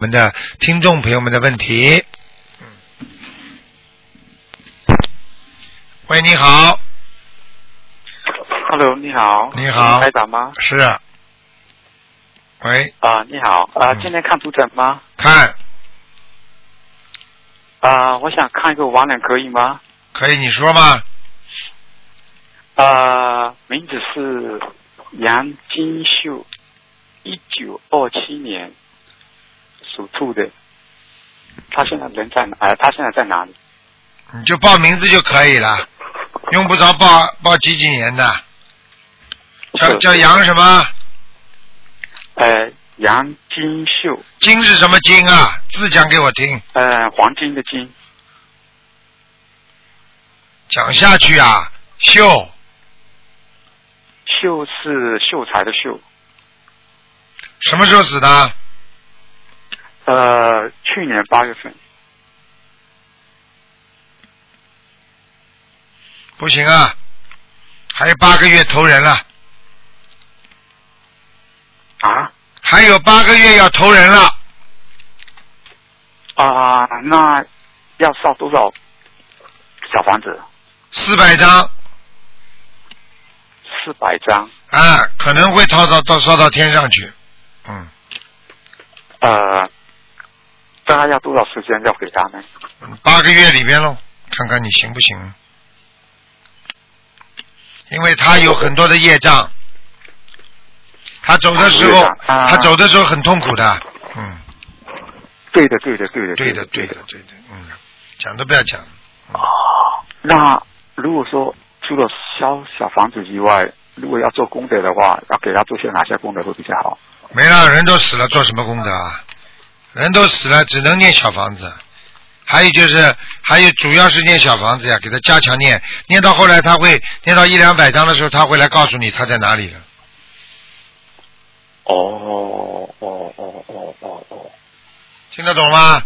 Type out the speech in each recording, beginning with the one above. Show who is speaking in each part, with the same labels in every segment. Speaker 1: 我们的听众朋友们的问题。喂，你好，
Speaker 2: Hello，你好。
Speaker 1: 你好
Speaker 2: 台长吗？
Speaker 1: 是，喂，
Speaker 2: 啊、你好。啊、
Speaker 1: 嗯
Speaker 2: 今天看图诊吗？
Speaker 1: 看，
Speaker 2: 啊、我想看一个亡人，可以吗？
Speaker 1: 可以你说吗？
Speaker 2: 啊、名字是杨金秀，一九二七年属兔的。他现在人在哪？呃，他现在在哪里？
Speaker 1: 你就报名字就可以了，用不着报报几几年的，叫
Speaker 2: 是
Speaker 1: 叫杨什么
Speaker 2: 呃，杨金秀，
Speaker 1: 金是什么金啊？字讲给我听，
Speaker 2: 呃，黄金的金，
Speaker 1: 讲下去啊，秀。
Speaker 2: 秀是秀才的秀。
Speaker 1: 什么时候死的？
Speaker 2: 呃，去年八月份，
Speaker 1: 不行啊，还有八个月投人了，
Speaker 2: 啊
Speaker 1: 还有八个月要投人了，
Speaker 2: 啊、那要烧多少小房子？
Speaker 1: 四百张
Speaker 2: 四百张，
Speaker 1: 啊，可能会套到到烧到天上去。嗯，
Speaker 2: 呃，大概要多少时间要给他呢？
Speaker 1: 八个月里边喽，看看你行不行？因为他有很多的业障，他走的时候，
Speaker 2: 他有业障啊
Speaker 1: 他走的时候很痛苦的。嗯，
Speaker 2: 对的，对的，对的，
Speaker 1: 对
Speaker 2: 的
Speaker 1: 的，，
Speaker 2: 嗯
Speaker 1: 对的，对的。嗯，讲都不要讲，
Speaker 2: 啊那如果说除了烧小房子以外，如果要做功德的话，要给他做些哪些功德会比较好？
Speaker 1: 没了，人都死了，做什么功德啊？人都死了，只能念小房子。还有就是，还有主要是念小房子呀，给他加强念，念到后来他会念到一两百章的时候，他会来告诉你他在哪里了。
Speaker 2: 哦哦哦哦哦哦，
Speaker 1: 听得懂吗？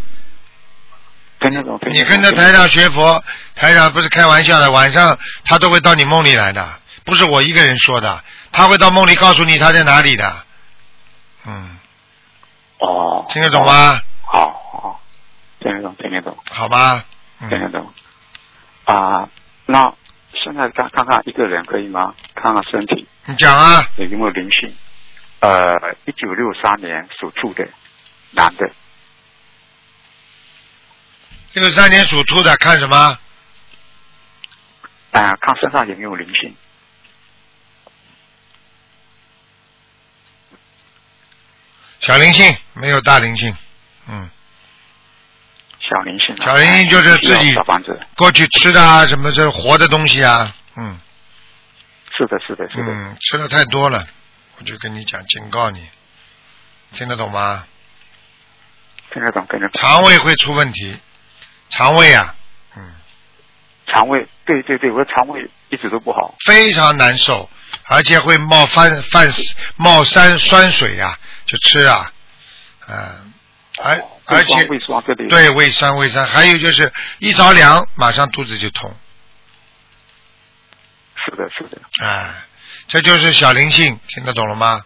Speaker 2: 跟那种
Speaker 1: 你跟着台长学佛，台长不是开玩笑的，晚上他都会到你梦里来的，不是我一个人说的，他会到梦里告诉你他在哪里的。嗯，
Speaker 2: 哦，
Speaker 1: 听得懂？吗？
Speaker 2: 好好，听得懂，听得懂。
Speaker 1: 好吧。
Speaker 2: 听得
Speaker 1: 嗯，
Speaker 2: 懂。啊，那现在看看看一个人可以吗？看看身体
Speaker 1: 你讲啊，
Speaker 2: 有没有灵性？呃，一九六三年属兔的男的，
Speaker 1: 六三年属兔的看什么？
Speaker 2: 啊、看身上有没有灵性？
Speaker 1: 小灵性，没有大灵性。嗯，
Speaker 2: 小灵性、啊。
Speaker 1: 小灵性就是自己
Speaker 2: 需要小房子。
Speaker 1: 过去吃的啊，什么这活的东西啊，嗯
Speaker 2: 是的，是的，是的。
Speaker 1: 嗯，吃的太多了，我就跟你讲，警告你，听得懂吗？
Speaker 2: 听得懂，听得懂。
Speaker 1: 肠胃会出问题，肠胃啊，嗯，
Speaker 2: 肠胃，对对对，我的肠胃一直都不好。
Speaker 1: 非常难受，而且会冒翻泛冒山酸水啊，就吃啊，嗯，而而
Speaker 2: 胃
Speaker 1: 且
Speaker 2: 酸胃酸这里。。
Speaker 1: 对胃酸胃酸，还有就是一着凉马上肚子就痛。
Speaker 2: 是的，是的，
Speaker 1: 哎，这就是小灵性，听得懂了吗？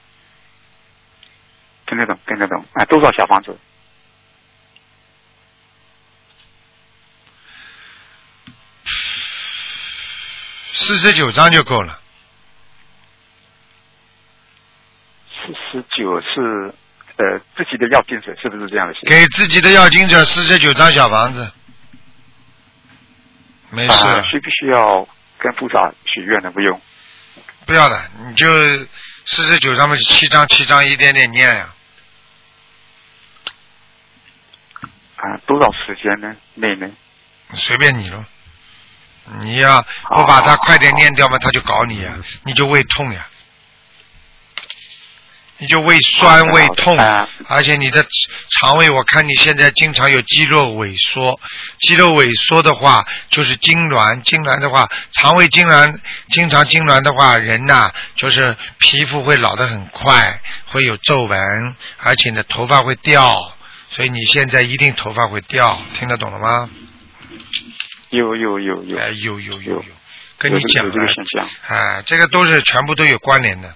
Speaker 2: 听得懂，听得懂。啊，多少小房子？
Speaker 1: 四十九章就够了，
Speaker 2: 四十九是呃自己的药精水，是不是这样的？
Speaker 1: 给自己的要经者四十九章小房子，没事
Speaker 2: 啊，
Speaker 1: 了，
Speaker 2: 需不需要跟菩萨许愿呢？不用。
Speaker 1: 不要了，你就四十九章嘛，七章七章一点点念呀、
Speaker 2: 啊，多少时间呢？内呢？
Speaker 1: 随便你咯。你要不把
Speaker 2: 啊
Speaker 1: 它快点念掉嘛，他就搞你
Speaker 2: 嗯
Speaker 1: 呀、你就胃痛呀、你就胃酸胃痛
Speaker 2: 啊好的好的，
Speaker 1: 而且你的肠胃，我看你现在经常有肌肉萎缩，肌肉萎缩的话就是痉挛，痉挛的话，肠胃痉挛，经常痉挛的话，人呐、就是皮肤会老得很快，会有皱纹，而且你的头发会掉，所以你现在一定头发会掉，听得懂了吗？
Speaker 2: 有有有有，
Speaker 1: 哎，有有有
Speaker 2: 有
Speaker 1: 有，跟
Speaker 2: 有
Speaker 1: 你
Speaker 2: 这
Speaker 1: 讲啊
Speaker 2: 个有这个
Speaker 1: 了，
Speaker 2: 现象。
Speaker 1: 哎，这个都是全部都有关联的，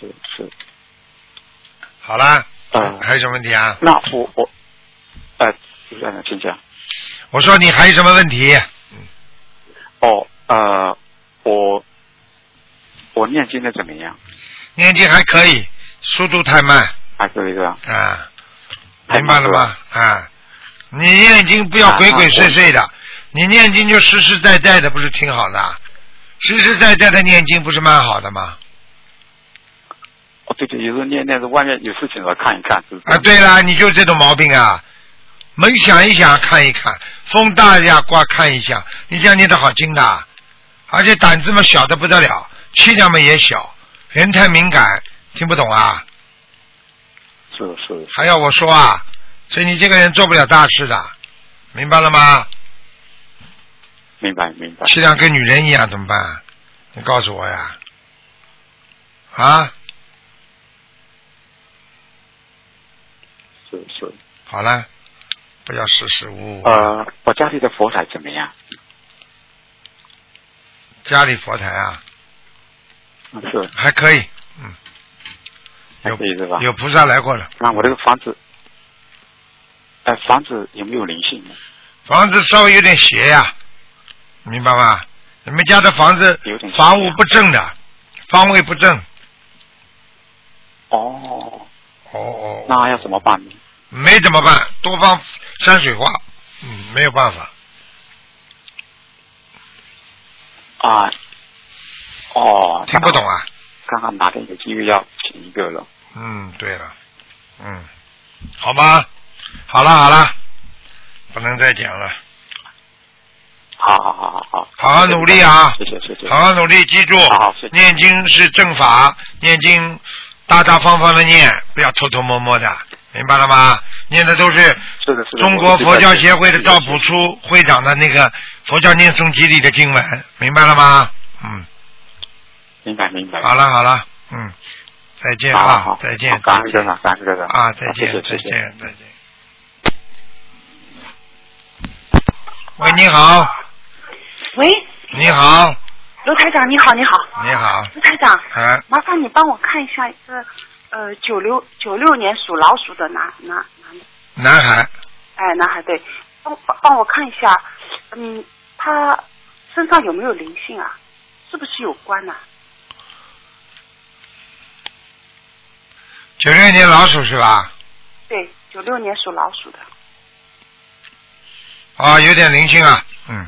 Speaker 2: 是是，
Speaker 1: 好啦，
Speaker 2: 呃，
Speaker 1: 还有什么问题啊？
Speaker 2: 那我我，呃，主持人请讲。
Speaker 1: 我说你还有什么问题？
Speaker 2: 哦，呃，我我念经的怎么样？
Speaker 1: 念经还可以，速度太慢
Speaker 2: 还可以是吧？
Speaker 1: 啊，
Speaker 2: 太
Speaker 1: 明白
Speaker 2: 慢
Speaker 1: 了吗？啊，你念经不要鬼鬼祟祟的，你念经就实实在在的，不是挺好的？实实在在的念经不是蛮好的吗？
Speaker 2: 哦，对对，有时候念念着外面有事情我看一看，是不是？
Speaker 1: 啊，对啦，你就这种毛病啊，门想一想，看一看，风大呀刮看一下，你这样念的好经的，啊而且胆子嘛小的不得了，气量嘛也小，人太敏感，听不懂啊，
Speaker 2: 是是
Speaker 1: 还要我说啊？所以你这个人做不了大事的，明白了吗？
Speaker 2: 明白明白。
Speaker 1: 气量跟女人一样怎么办？你告诉我呀，啊，
Speaker 2: 是是。
Speaker 1: 好了，不要事事无物，
Speaker 2: 呃，我家里的佛台怎么样？
Speaker 1: 家里佛台啊
Speaker 2: 嗯是
Speaker 1: 还可以，
Speaker 2: 还可以是吧？
Speaker 1: 有菩萨来过了。
Speaker 2: 那我这个房子，呃，房子有没有灵性呢？
Speaker 1: 房子稍微有点斜呀、明白吗？你们家的房子
Speaker 2: 有点斜呀
Speaker 1: 房屋不正的，方位不正。
Speaker 2: 哦，
Speaker 1: 哦哦，哦
Speaker 2: 那要怎么办呢？
Speaker 1: 没怎么办，多放山水画，嗯，没有办法，
Speaker 2: 啊，哦，
Speaker 1: 听不懂啊。
Speaker 2: 看看哪天有机会要请一个了。
Speaker 1: 嗯，对了，嗯，好吧，好了好了，不能再讲了，
Speaker 2: 好好好好好，
Speaker 1: 好好努力啊
Speaker 2: 谢谢谢谢。
Speaker 1: 好好努力，记住
Speaker 2: 好谢，谢
Speaker 1: 念经是正法，念经大大方方的念，不要偷偷摸摸的，明白了吗？念的都是
Speaker 2: 是的，是的。
Speaker 1: 中国佛教协会的赵
Speaker 2: 赵
Speaker 1: 朴初会长的那个佛教念诵集里的经文，明白了吗？嗯，
Speaker 2: 明白明白。
Speaker 1: 好了好了，嗯，再见
Speaker 2: 好，好
Speaker 1: 啊
Speaker 2: 好，，
Speaker 1: 再见，
Speaker 2: 感恩
Speaker 1: 再
Speaker 2: 真
Speaker 1: 见
Speaker 2: 的，感恩真的
Speaker 1: 啊，再见
Speaker 2: 谢
Speaker 1: 再
Speaker 2: 谢谢谢
Speaker 1: 见再见。喂，你好，
Speaker 3: 喂，
Speaker 1: 你好，
Speaker 3: 卢台长，你好，你好，
Speaker 1: 你好，
Speaker 3: 卢台长，
Speaker 1: 啊，
Speaker 3: 麻烦你帮我看一下一个，呃，九六九六年属老鼠的男男男，
Speaker 1: 男孩，
Speaker 3: 哎，男孩对，帮帮帮我看一下，嗯，他身上有没有灵性啊？是不是有关呐、
Speaker 1: 九六年老鼠是吧？
Speaker 3: 对，九六年属老鼠的，
Speaker 1: 啊，有点灵性啊，嗯，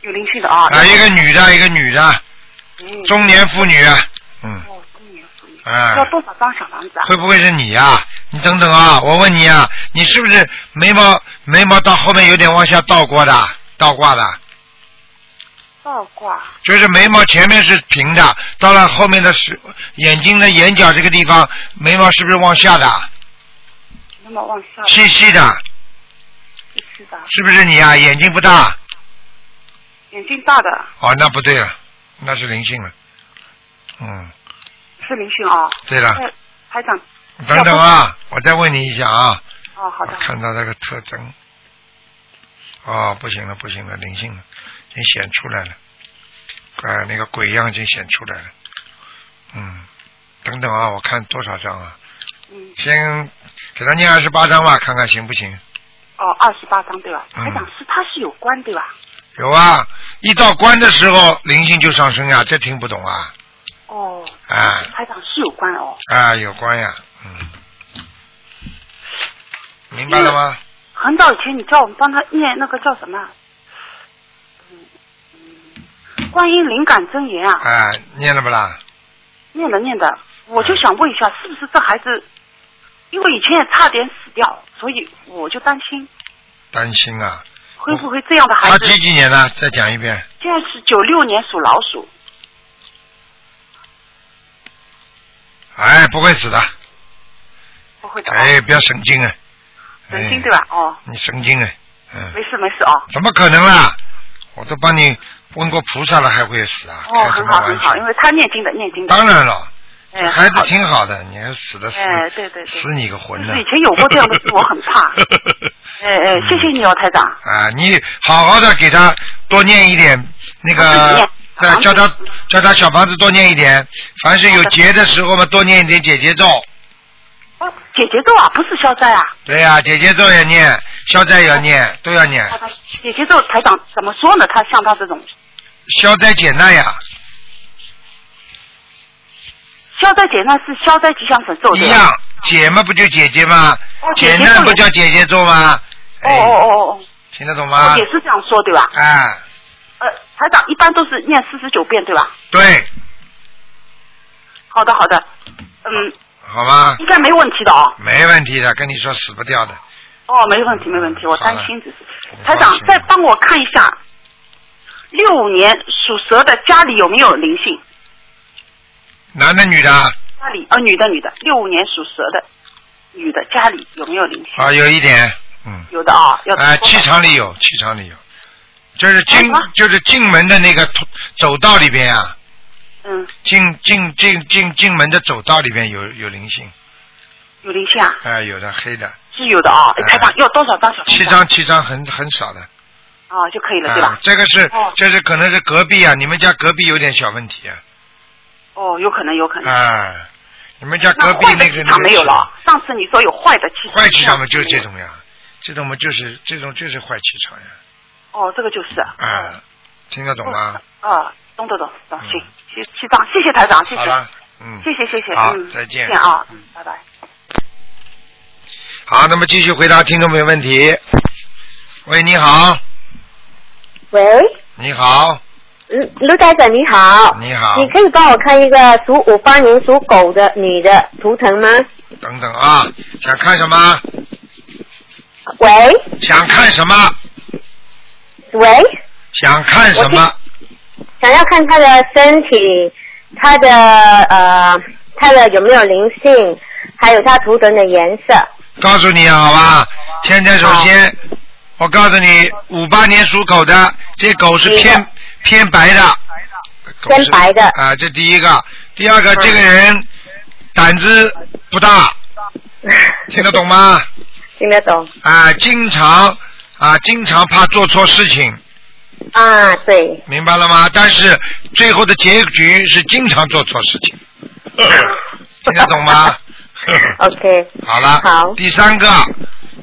Speaker 3: 有灵性的啊。
Speaker 1: 啊，一个女的，一个女的，
Speaker 3: 嗯，
Speaker 1: 中年妇女，嗯，
Speaker 3: 哦，中年妇女，
Speaker 1: 啊
Speaker 3: 要，多少张小房子啊？
Speaker 1: 会不会是你呀、你等等啊，我问你啊，你是不是眉毛眉毛到后面有点往下倒过的，倒挂的？
Speaker 3: 倒挂，
Speaker 1: 就是眉毛前面是平的，到了后面的是眼睛的眼角这个地方，眉毛是不是往下的，
Speaker 3: 那么往下，
Speaker 1: 细细的？
Speaker 3: 是的，
Speaker 1: 是不是你啊？眼睛不大？
Speaker 3: 眼睛大的
Speaker 1: 哦，那不对了，那是灵性了。嗯，
Speaker 3: 是灵性啊。
Speaker 1: 对了，
Speaker 3: 哎，台长，
Speaker 1: 等等啊，我再问你一下啊。
Speaker 3: 哦，好的
Speaker 1: 我，看到那个特征。哦，不行了，不行了，灵性了，已经显出来了，啊，那个鬼样已经显出来了。嗯，等等啊，我看多少张啊？
Speaker 3: 嗯。
Speaker 1: 先给他念二十八张吧，看看行不行？
Speaker 3: 哦，二十八张对吧？
Speaker 1: 嗯
Speaker 3: 台长是它是有关对吧？
Speaker 1: 有啊，一到关的时候，灵性就上升呀、这听不懂啊？
Speaker 3: 哦，
Speaker 1: 啊
Speaker 3: 台长是有关哦。
Speaker 1: 啊，有关呀、嗯，明白了吗？
Speaker 3: 很早以前你叫我们帮他念那个叫什么啊？嗯嗯，观音灵感真言啊，
Speaker 1: 啊，念了不啦？
Speaker 3: 念了念的，我就想问一下，是不是这孩子，因为以前也差点死掉，所以我就担心
Speaker 1: 担心啊。
Speaker 3: 会不会这样的孩
Speaker 1: 他
Speaker 3: 子？
Speaker 1: 几几年的？再讲一遍。
Speaker 3: 现在是九六年属老鼠，
Speaker 1: 哎，不会死的。
Speaker 3: 不会的哦，
Speaker 1: 哎，不要神经啊！
Speaker 3: 神经
Speaker 1: 哎
Speaker 3: 对吧？哦，
Speaker 1: 你神经啊！嗯，
Speaker 3: 没事没事哦。
Speaker 1: 怎么可能啦？我都帮你问过菩萨了，还会死啊？
Speaker 3: 哦，
Speaker 1: 开什
Speaker 3: 很
Speaker 1: 么
Speaker 3: 好很
Speaker 1: 玩
Speaker 3: 好，因
Speaker 1: 笑？
Speaker 3: 为他念经的念经的，
Speaker 1: 当然了，
Speaker 3: 哎，
Speaker 1: 孩
Speaker 3: 很
Speaker 1: 子
Speaker 3: 好的
Speaker 1: 挺好的，你还死的死
Speaker 3: 哎对对对
Speaker 1: 死你个魂呢！
Speaker 3: 就是以前有过这样的事我很怕哎哎，
Speaker 1: 嗯
Speaker 3: 谢谢你哦，台长。
Speaker 1: 啊，你好好的给他多念一点那个，
Speaker 3: 我自己
Speaker 1: 对
Speaker 3: 念，
Speaker 1: 叫
Speaker 3: 小房
Speaker 1: 他
Speaker 3: 子
Speaker 1: 叫他小房子多念一点，凡是有
Speaker 3: 好的
Speaker 1: 劫的时候嘛，多念一点解节咒。
Speaker 3: 哦，解节奏啊，不是消灾啊。
Speaker 1: 对呀、姐姐咒也念，消灾也要念，都要念。
Speaker 3: 好的解节奏台长怎么说呢？他像他这种
Speaker 1: 消灾解难呀，
Speaker 3: 消灾解难是消灾吉祥神咒
Speaker 1: 一
Speaker 3: 对吧
Speaker 1: 样，解嘛不就解决吗？
Speaker 3: 哦
Speaker 1: 解
Speaker 3: 解决
Speaker 1: 难
Speaker 3: 咒
Speaker 1: 不
Speaker 3: 也
Speaker 1: 叫解决咒吗？
Speaker 3: 哦
Speaker 1: 哎，
Speaker 3: 哦哦哦
Speaker 1: 听得懂
Speaker 3: 哦，
Speaker 1: 吗
Speaker 3: 也？是这样说对吧？
Speaker 1: 哎，
Speaker 3: 呃，台长一般都是念四十九遍对吧？
Speaker 1: 对，
Speaker 3: 好的好的，嗯，
Speaker 1: 好吗？
Speaker 3: 应该没问题的哦。
Speaker 1: 没问题的，跟你说死不掉的。
Speaker 3: 哦，没问题没问题，我担心只是
Speaker 1: 好的
Speaker 3: 台长
Speaker 1: 放心
Speaker 3: 再帮我看一下，六五年属蛇的家里有没有灵性？
Speaker 1: 男的女的啊
Speaker 3: 家里呃女的女的，六五年属蛇的女的家里有没有灵性？
Speaker 1: 啊，有一点，嗯，
Speaker 3: 有的啊，要
Speaker 1: 啊，
Speaker 3: 多
Speaker 1: 气
Speaker 3: 少
Speaker 1: 场里有，气场里有，就是进
Speaker 3: 哎什么
Speaker 1: 就是进门的那个通走道里边啊，
Speaker 3: 嗯
Speaker 1: 进进进进进门的走道里边有有灵性，
Speaker 3: 有灵性啊，
Speaker 1: 啊，有的黑的，
Speaker 3: 是有的啊。
Speaker 1: 哎
Speaker 3: 台长要多少张小房子啊？
Speaker 1: 七张七张很很少的，
Speaker 3: 啊就可以了对
Speaker 1: 啊
Speaker 3: 吧，？
Speaker 1: 这个是
Speaker 3: 哦
Speaker 1: 这是可能是隔壁啊，你们家隔壁有点小问题啊，
Speaker 3: 哦，有可能有可能。
Speaker 1: 啊，你们家隔
Speaker 3: 那
Speaker 1: 壁
Speaker 3: 坏的
Speaker 1: 那
Speaker 3: 气
Speaker 1: 个
Speaker 3: 场
Speaker 1: 那个
Speaker 3: 没有了啊，上次你说有坏的气场，
Speaker 1: 坏气场嘛，
Speaker 3: 这
Speaker 1: 就
Speaker 3: 样
Speaker 1: 是
Speaker 3: 子
Speaker 1: 这
Speaker 3: 没
Speaker 1: 种
Speaker 3: 有。
Speaker 1: 呀，这种嘛就是这种就是坏气场呀，
Speaker 3: 哦，这个就是。
Speaker 1: 啊，听得懂吗？
Speaker 3: 啊，懂懂懂懂，
Speaker 1: 嗯
Speaker 3: 行，谢七张，谢谢台长，哦谢谢
Speaker 1: 好，了，嗯，
Speaker 3: 谢谢谢谢，
Speaker 1: 好
Speaker 3: 嗯，
Speaker 1: 再见
Speaker 3: 再见啊，嗯，拜拜。
Speaker 1: 好，那么继续回答听众朋友问题。喂，你好，
Speaker 4: 喂，
Speaker 1: 你好，
Speaker 4: 卢卢台长你好，
Speaker 1: 你好
Speaker 4: 你可以帮我看一个属五八年属狗的女的图腾吗？
Speaker 1: 等等啊，想看什么？
Speaker 4: 喂
Speaker 1: 想看什么？
Speaker 4: 喂，
Speaker 1: 想看什么？
Speaker 4: 想要看她的身体，她的呃，她的有没有灵性，还有她图腾的颜色。
Speaker 1: 告诉你啊好吧，现在首先，我告诉你，五八年属狗的，这狗是偏偏白的，狗是
Speaker 4: 偏白的
Speaker 1: 啊，这第一个，第二个，这个人胆子不大，听得懂吗？
Speaker 4: 听得懂
Speaker 1: 啊，经常啊，经常怕做错事情，
Speaker 4: 啊？对，
Speaker 1: 明白了吗？但是最后的结局是经常做错事情，听得懂吗？
Speaker 4: ？OK，
Speaker 1: 好了，
Speaker 4: 好
Speaker 1: 第三个，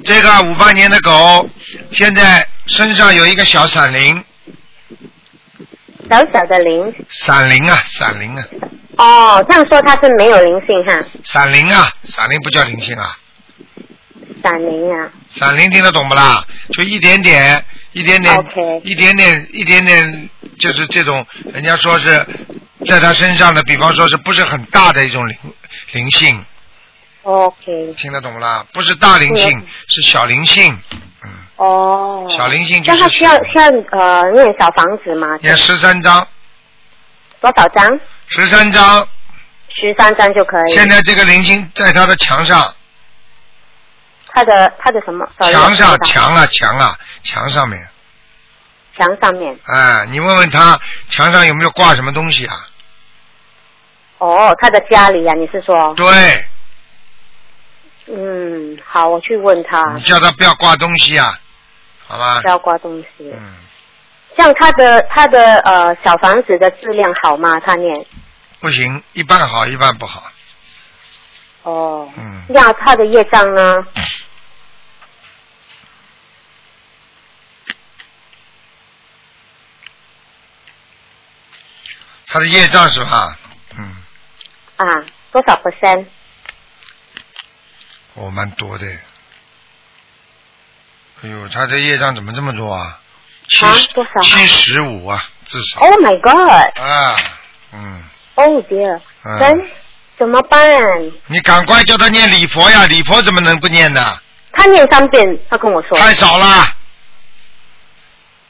Speaker 1: 这个五八年的狗现在身上有一个小闪灵，
Speaker 4: 小小的灵
Speaker 1: 闪灵啊，闪灵啊，
Speaker 4: 哦，这样说她是没有灵性哈，
Speaker 1: 闪灵啊，闪灵不叫灵性啊，
Speaker 4: 闪灵啊，
Speaker 1: 闪灵听得懂不啦？就一点点，一点点
Speaker 4: OK
Speaker 1: 一点点，一点点，就是这种，人家说是在他身上的，比方说是不是很大的一种灵灵性，
Speaker 4: ，OK，
Speaker 1: 听得懂不啦？不是大灵性
Speaker 4: 嗯，
Speaker 1: 是小灵性，
Speaker 4: 哦，
Speaker 1: 小灵性就
Speaker 4: 那
Speaker 1: 是
Speaker 4: 他需要需要呃念小房子吗？
Speaker 1: 念十三章，
Speaker 4: 多少张？
Speaker 1: 十三章，
Speaker 4: 哎十三张就可以。
Speaker 1: 现在这个灵性在他的墙上，
Speaker 4: 他的他的什么？
Speaker 1: 墙上
Speaker 4: sorry，
Speaker 1: 墙啊墙啊墙上面，
Speaker 4: 墙上面。
Speaker 1: 哎，你问问他墙上有没有挂什么东西啊？
Speaker 4: 哦，他的家里呀、你是说？
Speaker 1: 对，
Speaker 4: 嗯，好，我去问他，
Speaker 1: 你叫他不要挂东西啊，好吧
Speaker 4: 不？要挂东西。
Speaker 1: 嗯，
Speaker 4: 像他的他的呃小房子的质量好吗？他念
Speaker 1: 不行，一半好一半不好，
Speaker 4: 哦，
Speaker 1: 嗯
Speaker 4: 那他的业障呢？
Speaker 1: 他的业障是吧？嗯，
Speaker 4: 啊，多少 percent？
Speaker 1: 我蛮多的。哎呦，他这业障怎么这么多啊？七
Speaker 4: 啊
Speaker 1: 十
Speaker 4: 多少
Speaker 1: 七十五啊，至少。
Speaker 4: Oh my god！Oh
Speaker 1: 啊，嗯，
Speaker 4: dear！
Speaker 1: 嗯
Speaker 4: 真、怎么办？
Speaker 1: 你赶快叫他念礼佛呀，礼佛怎么能不念呢？
Speaker 4: 他念三遍，他跟我说，
Speaker 1: 太少了，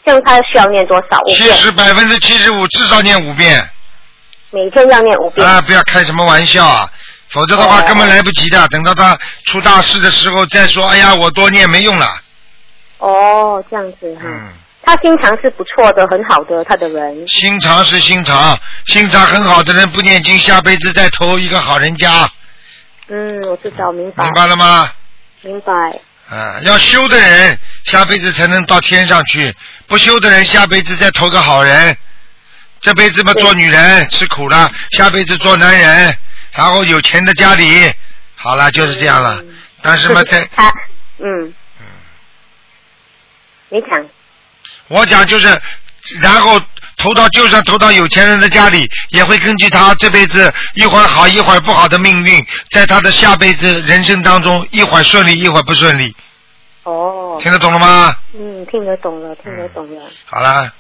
Speaker 4: 像他需要念多少？五
Speaker 1: 七
Speaker 4: 遍。
Speaker 1: 十百分之七十五至少念五遍
Speaker 4: 每天要念五遍。
Speaker 1: 啊！不要开什么玩笑啊，否则的话
Speaker 4: 哦
Speaker 1: 根本来不及的。等到他出大事的时候再说，哎呀，我多念没用了。
Speaker 4: 哦，这样子哈、
Speaker 1: 嗯，
Speaker 4: 他心肠是不错的，很好的，他的人。
Speaker 1: 心肠是心肠，心肠很好的人不念经，下辈子再投一个好人家，
Speaker 4: 嗯，我知道，明白，
Speaker 1: 明白了吗？
Speaker 4: 明白
Speaker 1: 啊，要修的人下辈子才能到天上去，不修的人下辈子再投个好人，这辈子嘛
Speaker 4: 对
Speaker 1: 做女人吃苦了，下辈子做男人，然后有钱的家里，好了，就是这样了。但是嘛，在
Speaker 4: 他嗯，你讲
Speaker 1: 我讲就是，然后投到就算投到有钱人的家里，也会根据他这辈子一会儿好一会儿不好的命运，在他的下辈子人生当中，一会儿顺利一会儿不顺利，
Speaker 4: 哦，
Speaker 1: 听得懂了吗？
Speaker 4: 嗯，听得懂了，听得懂了。
Speaker 1: 好了，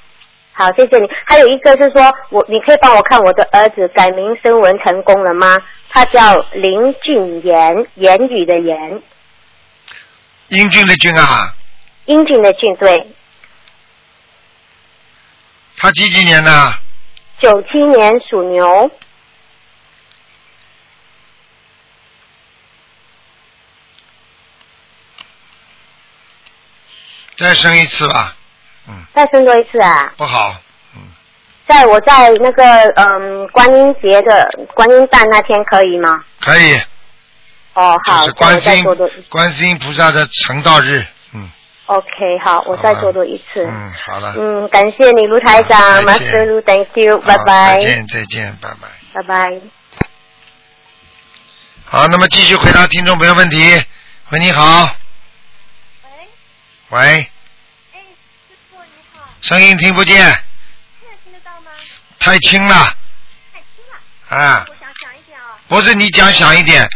Speaker 4: 好，谢谢你。还有一个是说，我你可以帮我看我的儿子改名声纹成功了吗？他叫林俊言，言语的言，
Speaker 1: 英俊的俊啊，
Speaker 4: 英俊的俊，对，
Speaker 1: 他几几年的？
Speaker 4: 九七年属牛，
Speaker 1: 再生一次吧，
Speaker 4: 再生多一次啊。
Speaker 1: 不好，
Speaker 4: 在我在那个嗯观音节的观音诞那天可以吗？
Speaker 1: 可以，
Speaker 4: 哦，好，
Speaker 1: 就是
Speaker 4: 那
Speaker 1: 观
Speaker 4: 我
Speaker 1: 世
Speaker 4: 再
Speaker 1: 音
Speaker 4: 做多一
Speaker 1: 观世音菩萨的成道日，嗯
Speaker 4: OK，好，我再做多一次。
Speaker 1: 嗯，好了，
Speaker 4: 嗯，感谢你，卢台长
Speaker 1: 好再见
Speaker 4: ，Master Lu，Thank you，
Speaker 1: 好
Speaker 4: 拜拜
Speaker 1: 再，见再见，拜拜。
Speaker 4: 拜拜。
Speaker 1: 好，那么继续回答听众朋友问题。喂，你好。喂。喂。声音听不见。现在听得到吗？太轻了。太轻了。啊。我想响一点啊。不是你讲响一点，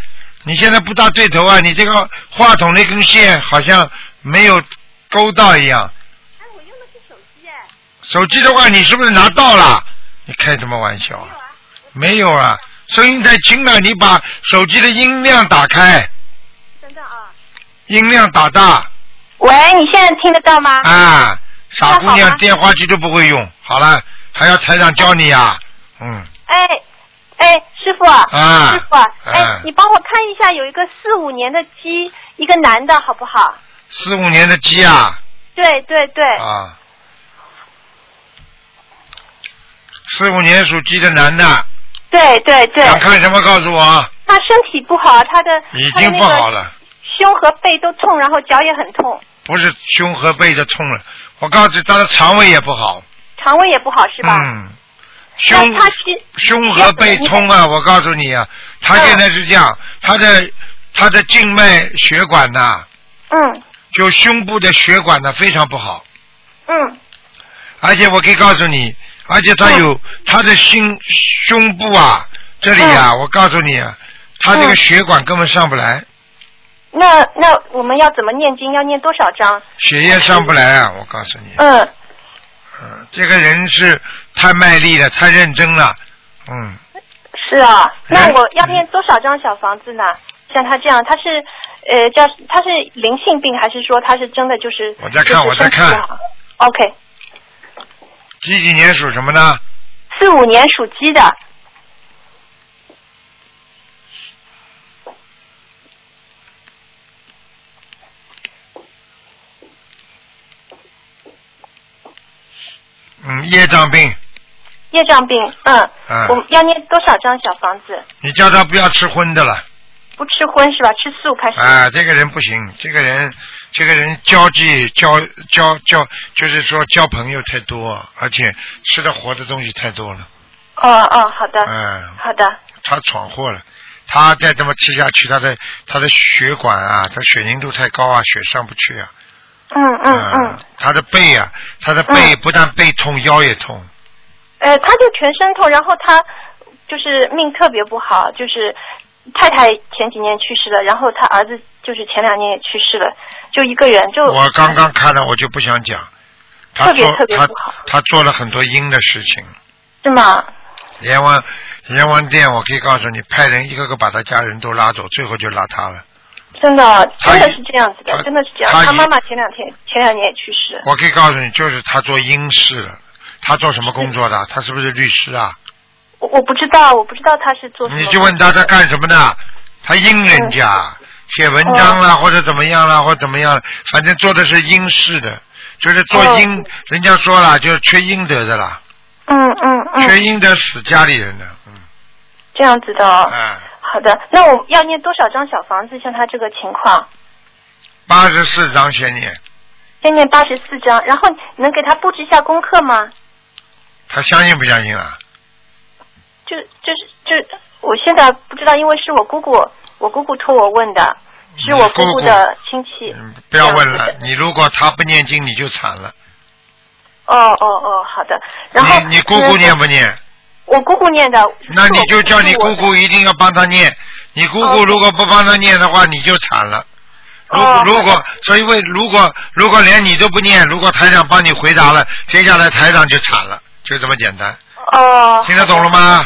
Speaker 1: 你现在不大对头啊！你这个话筒那根线好像没有勾到一样。
Speaker 5: 哎，我用的是手机哎。
Speaker 1: 手机的话，你是不是拿到了？你开什么玩笑啊？没有啊，声音太轻了，你把手机的音量打开，
Speaker 5: 等等啊，
Speaker 1: 音量打大
Speaker 5: 喂，你现在听得到吗？
Speaker 1: 啊！傻姑
Speaker 5: 那好
Speaker 1: 娘
Speaker 5: 吧
Speaker 1: 电话机都不会用，好了，还要台长教你啊，嗯，
Speaker 5: 哎，哎，师傅，
Speaker 1: 啊
Speaker 5: 师傅，哎，
Speaker 1: 嗯
Speaker 5: 你帮我看一下，有一个四五年的鸡，一个男的，好不好？
Speaker 1: 四五年的鸡啊
Speaker 5: 对对对，
Speaker 1: 啊，四五年属鸡的男的，
Speaker 5: 对对对，
Speaker 1: 想看什么告诉我，
Speaker 5: 他身体不好，他的
Speaker 1: 已
Speaker 5: 他的
Speaker 1: 经
Speaker 5: 那
Speaker 1: 不好
Speaker 5: 个
Speaker 1: 了。
Speaker 5: 胸和背都痛，然后脚也很痛，
Speaker 1: 不是胸和背的痛了，我告诉你，他的肠胃也不好，
Speaker 5: 肠胃也不好，是吧？
Speaker 1: 嗯，胸
Speaker 5: 那他需
Speaker 1: 胸和背痛啊！我告诉你啊，他
Speaker 5: 嗯
Speaker 1: 现在是这样，他的他的静脉血管呐、
Speaker 5: 嗯
Speaker 1: 就胸部的血管呢、非常不好，
Speaker 5: 嗯
Speaker 1: 而且我可以告诉你，而且他有、他的心胸部啊这里啊，我告诉你啊，他这个
Speaker 5: 嗯
Speaker 1: 血管根本上不来，
Speaker 5: 那那我们要怎么念经？要念多少章？
Speaker 1: 血液上不来啊！我告诉你，
Speaker 5: 嗯，
Speaker 1: 嗯，这个人是太卖力了，太认真了，嗯。
Speaker 5: 是啊，那
Speaker 1: 人
Speaker 5: 我要念多少张小房子呢？像他这样，他是呃叫他是灵性病，还是说他是真的就是？
Speaker 1: 我在看
Speaker 5: 就是
Speaker 1: 我在看
Speaker 5: 身体不好 OK，
Speaker 1: 几几年属什么呢？
Speaker 5: 四五年属鸡的，
Speaker 1: 嗯，业障病。
Speaker 5: 业障病。嗯，
Speaker 1: 嗯
Speaker 5: 我要念多少张小房子？
Speaker 1: 你叫他不要吃荤的了。
Speaker 5: 不吃荤是吧？吃素开始。
Speaker 1: 啊，这个人不行，这个人，这个人交际交交交，就是说交朋友太多，而且吃的活的东西太多了。
Speaker 5: 哦哦，好的，
Speaker 1: 嗯，
Speaker 5: 好的，
Speaker 1: 他闯祸了。他再这么吃下去，他的他的血管啊，他血凝度太高啊，血上不去啊。
Speaker 5: 嗯嗯嗯
Speaker 1: 啊。他的背啊，他的背
Speaker 5: 嗯
Speaker 1: 不但背痛，腰也痛。
Speaker 5: 呃，他就全身痛，然后他就是命特别不好，就是太太前几年去世了，然后他儿子就是前两年也去世了，就一个人就
Speaker 1: 我刚刚看了，我就不想讲。他
Speaker 5: 嗯特别
Speaker 1: 做
Speaker 5: 特别
Speaker 1: 他
Speaker 5: 不好
Speaker 1: 他做了很多阴的事情。
Speaker 5: 是吗？
Speaker 1: 阎王阎王殿，我可以告诉你，派人一个个把他家人都拉走，最后就拉他了。
Speaker 5: 嗯真的，
Speaker 1: 他
Speaker 5: 真的
Speaker 1: 也
Speaker 5: 是这样子的
Speaker 1: 他，
Speaker 5: 真的是这样。
Speaker 1: 他哦
Speaker 5: 他
Speaker 1: 也
Speaker 5: 妈妈前两天前两年也去世，
Speaker 1: 我可以告诉你，就是他做阴事了。他做什么工作
Speaker 5: 嗯
Speaker 1: 的？他是不是律师啊？
Speaker 5: 我我不知道，我不知道他是做什么。
Speaker 1: 你就问他他干什么的？他阴人家，
Speaker 5: 嗯
Speaker 1: 写文章啦，或者怎么样啦，或者怎么样，反正做的是阴事的，就是做阴。人家说了，就是缺阴德的啦，
Speaker 5: 嗯嗯
Speaker 1: 缺
Speaker 5: 嗯，
Speaker 1: 阴德死家里人的。嗯，
Speaker 5: 这样子的哦。
Speaker 1: 哎，
Speaker 5: 好的，那我要念多少张小房子？像他这个情况，
Speaker 1: 八十四章先念，
Speaker 5: 先念八十四张，然后能给他布置一下功课吗？
Speaker 1: 他相信不相信啊？
Speaker 5: 就就是就，我现在不知道，因为是我姑姑，我姑姑托我问的，是我姑
Speaker 1: 你姑姑
Speaker 5: 的亲戚。
Speaker 1: 嗯，不要问
Speaker 5: 这样
Speaker 1: 了
Speaker 5: 子，的
Speaker 1: 你如果他不念经，你就惨了。
Speaker 5: 哦哦哦，好的。然后嗯
Speaker 1: 你你姑姑念不念？
Speaker 5: 我姑姑念的。
Speaker 1: 那
Speaker 5: 是
Speaker 1: 你
Speaker 5: 我
Speaker 1: 就叫你姑
Speaker 5: 我
Speaker 1: 姑一定要帮他念。你姑姑
Speaker 5: 哦
Speaker 1: 如果不帮他念的话，你就惨了。如
Speaker 5: 哦
Speaker 1: 如果所以为如果如果连你都不念，如果台长帮你回答了，接下来台长就惨了，就这么简单，
Speaker 5: 哦，
Speaker 1: 听得懂了吗？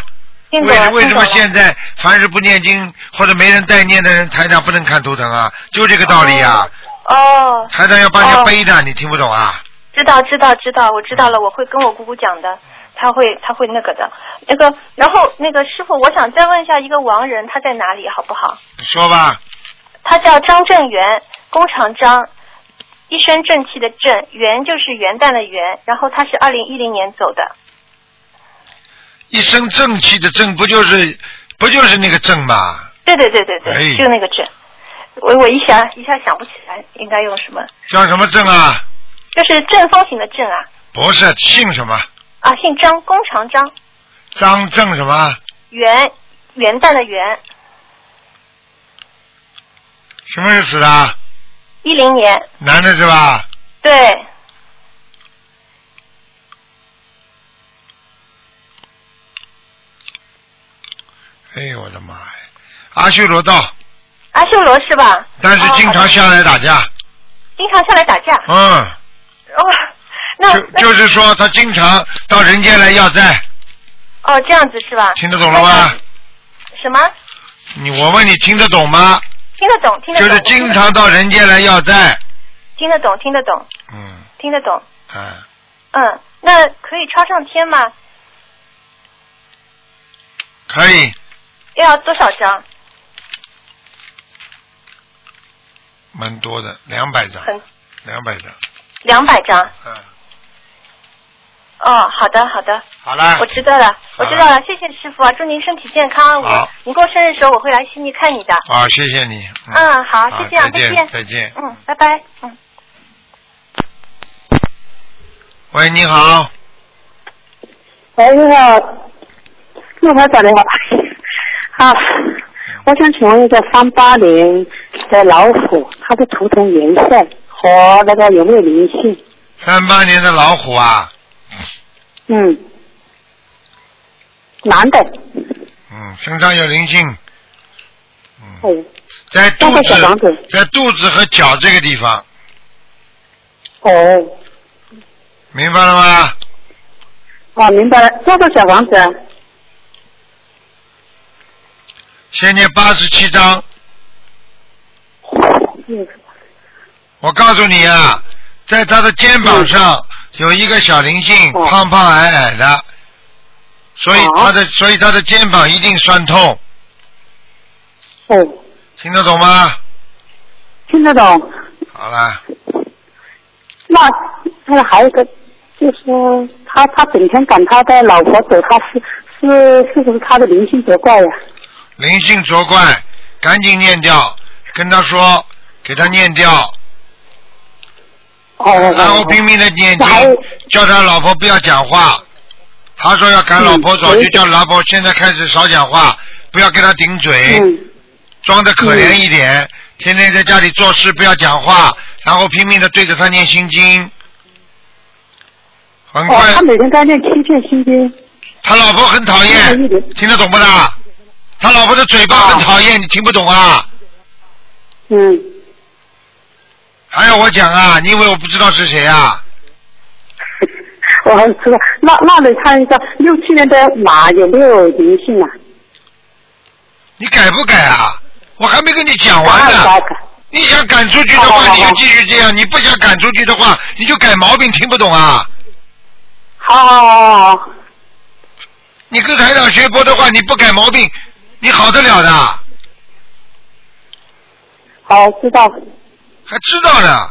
Speaker 5: 听懂
Speaker 1: 为
Speaker 5: 了
Speaker 1: 为什么
Speaker 5: 听懂了
Speaker 1: 现在凡是不念经或者没人代念的人，台长不能看头疼啊？就这个道理啊！
Speaker 5: 哦，
Speaker 1: 台长要帮人家
Speaker 5: 哦
Speaker 1: 背的，你听不懂啊？
Speaker 5: 知道知道知道，我知道了，我会跟我姑姑讲的，她会她会那个的。那个，然后那个师傅，我想再问一下一个亡人，他在哪里好不好？
Speaker 1: 你说吧，
Speaker 5: 他叫张正元，工厂张，一身正气的正，元就是元旦的元，然后他是二零一零年走的。
Speaker 1: 一身正气的正，不就是不就是那个正吗？
Speaker 5: 对对对对对，
Speaker 1: 哎
Speaker 5: 就那个正。我我一想一下想不起来应该用什么，
Speaker 1: 叫什么正啊？
Speaker 5: 就是正方形的正啊
Speaker 1: 不是姓什么？
Speaker 5: 啊，姓张，工长张，
Speaker 1: 张正什么？
Speaker 5: 元元旦的元，
Speaker 1: 什么时候死的？
Speaker 5: 一零年，
Speaker 1: 男的是吧？
Speaker 5: 对，
Speaker 1: 哎呦我的妈呀！阿修罗道，
Speaker 5: 阿修罗是吧？
Speaker 1: 但是经常
Speaker 5: 哦好的
Speaker 1: 下来打架。
Speaker 5: 经常下来 打架。
Speaker 1: 嗯，
Speaker 5: 哦，那
Speaker 1: 就
Speaker 5: 那
Speaker 1: 就是说他经常到人间来要债，
Speaker 5: 哦这样子是吧？
Speaker 1: 听得懂了吗？
Speaker 5: 什么？
Speaker 1: 你我问你听得懂吗？
Speaker 5: 听得懂，听得
Speaker 1: 就
Speaker 5: 懂。
Speaker 1: 是经常到人间来要债。
Speaker 5: 听得懂，听得懂，
Speaker 1: 嗯，
Speaker 5: 听得懂。
Speaker 1: 哎，
Speaker 5: 嗯，那可以超上天吗？
Speaker 1: 可以，
Speaker 5: 要多少张？
Speaker 1: 蛮多的，两百张，
Speaker 5: 很
Speaker 1: 两百张。
Speaker 5: 两百张。
Speaker 1: 嗯，
Speaker 5: 哦，好的，好的，
Speaker 1: 好了
Speaker 5: 我，知道了，
Speaker 1: 好
Speaker 5: 我
Speaker 1: 了
Speaker 5: 知道了，谢谢师傅啊，祝您身体健康。
Speaker 1: 嗯好
Speaker 5: 我您过生日的时候我会来悉尼看你的。
Speaker 1: 好，谢谢你。
Speaker 5: 嗯，好，
Speaker 1: 好
Speaker 5: 就这样，
Speaker 1: 再见
Speaker 5: 见，
Speaker 1: 再见
Speaker 5: 嗯，拜拜，嗯。
Speaker 1: 喂，你好，
Speaker 6: 喂，那个陆台长你好，啊，我想请问一个三八年的老虎，它的图腾颜色和那个有没有灵性？
Speaker 1: 三八年的老虎啊，
Speaker 6: 嗯，男的，
Speaker 1: 嗯，身上有灵性，嗯，
Speaker 6: 哦
Speaker 1: 在肚
Speaker 6: 那个小房
Speaker 1: 子
Speaker 6: 子，
Speaker 1: 在肚子和脚这个地方，
Speaker 6: 哦，
Speaker 1: 明白了吗？
Speaker 6: 哦，明白了，多少小房子啊？
Speaker 1: 先念八十七章，
Speaker 6: 嗯，
Speaker 1: 我告诉你啊，在他的肩膀上有一个小灵性，
Speaker 6: 嗯哦
Speaker 1: 胖胖矮矮的，所以他的所以他的肩膀一定酸痛，
Speaker 6: 哦，
Speaker 1: 听得懂吗？
Speaker 6: 听得懂。
Speaker 1: 好了，
Speaker 6: 那那还有一个，就是说他他整天赶他的老婆走，他是是是不是他的灵性责怪呀、
Speaker 1: 灵性作怪，赶紧念掉，跟他说，给他念掉，
Speaker 6: 哦，哦
Speaker 1: 然后
Speaker 6: 哦
Speaker 1: 拼命的念经
Speaker 6: 那还有，
Speaker 1: 叫他老婆不要讲话。他说要赶老婆走，
Speaker 6: 嗯
Speaker 1: 就叫老婆现在开始少讲话，不要跟他顶嘴，
Speaker 6: 嗯。
Speaker 1: 装的可怜一点，天天在家里做事不要讲话，然后拼命的对着他念心经。很
Speaker 6: 哦
Speaker 1: 快，，
Speaker 6: 他每天在练七遍心经。
Speaker 1: 他老婆很讨厌
Speaker 6: 那一点，
Speaker 1: 听得懂不啦？他老婆的嘴巴很讨厌，你听不懂啊？
Speaker 6: 嗯，
Speaker 1: 还要我讲啊？你以为我不知道是谁啊？
Speaker 6: 我很知道。那那你看一下，六七年的马有没有灵性啊？
Speaker 1: 你改不改啊？我还没跟你讲完呢。
Speaker 6: 改改
Speaker 1: 你想赶出去的话，
Speaker 6: 啊好好好
Speaker 1: 你就继续这样；你不想赶出去的话，你就改毛病。听不懂啊？
Speaker 6: 好好好好。
Speaker 1: 你跟台长学佛的话，你不改毛病，你好得了的？
Speaker 6: 好，知道。
Speaker 1: 还知道呢？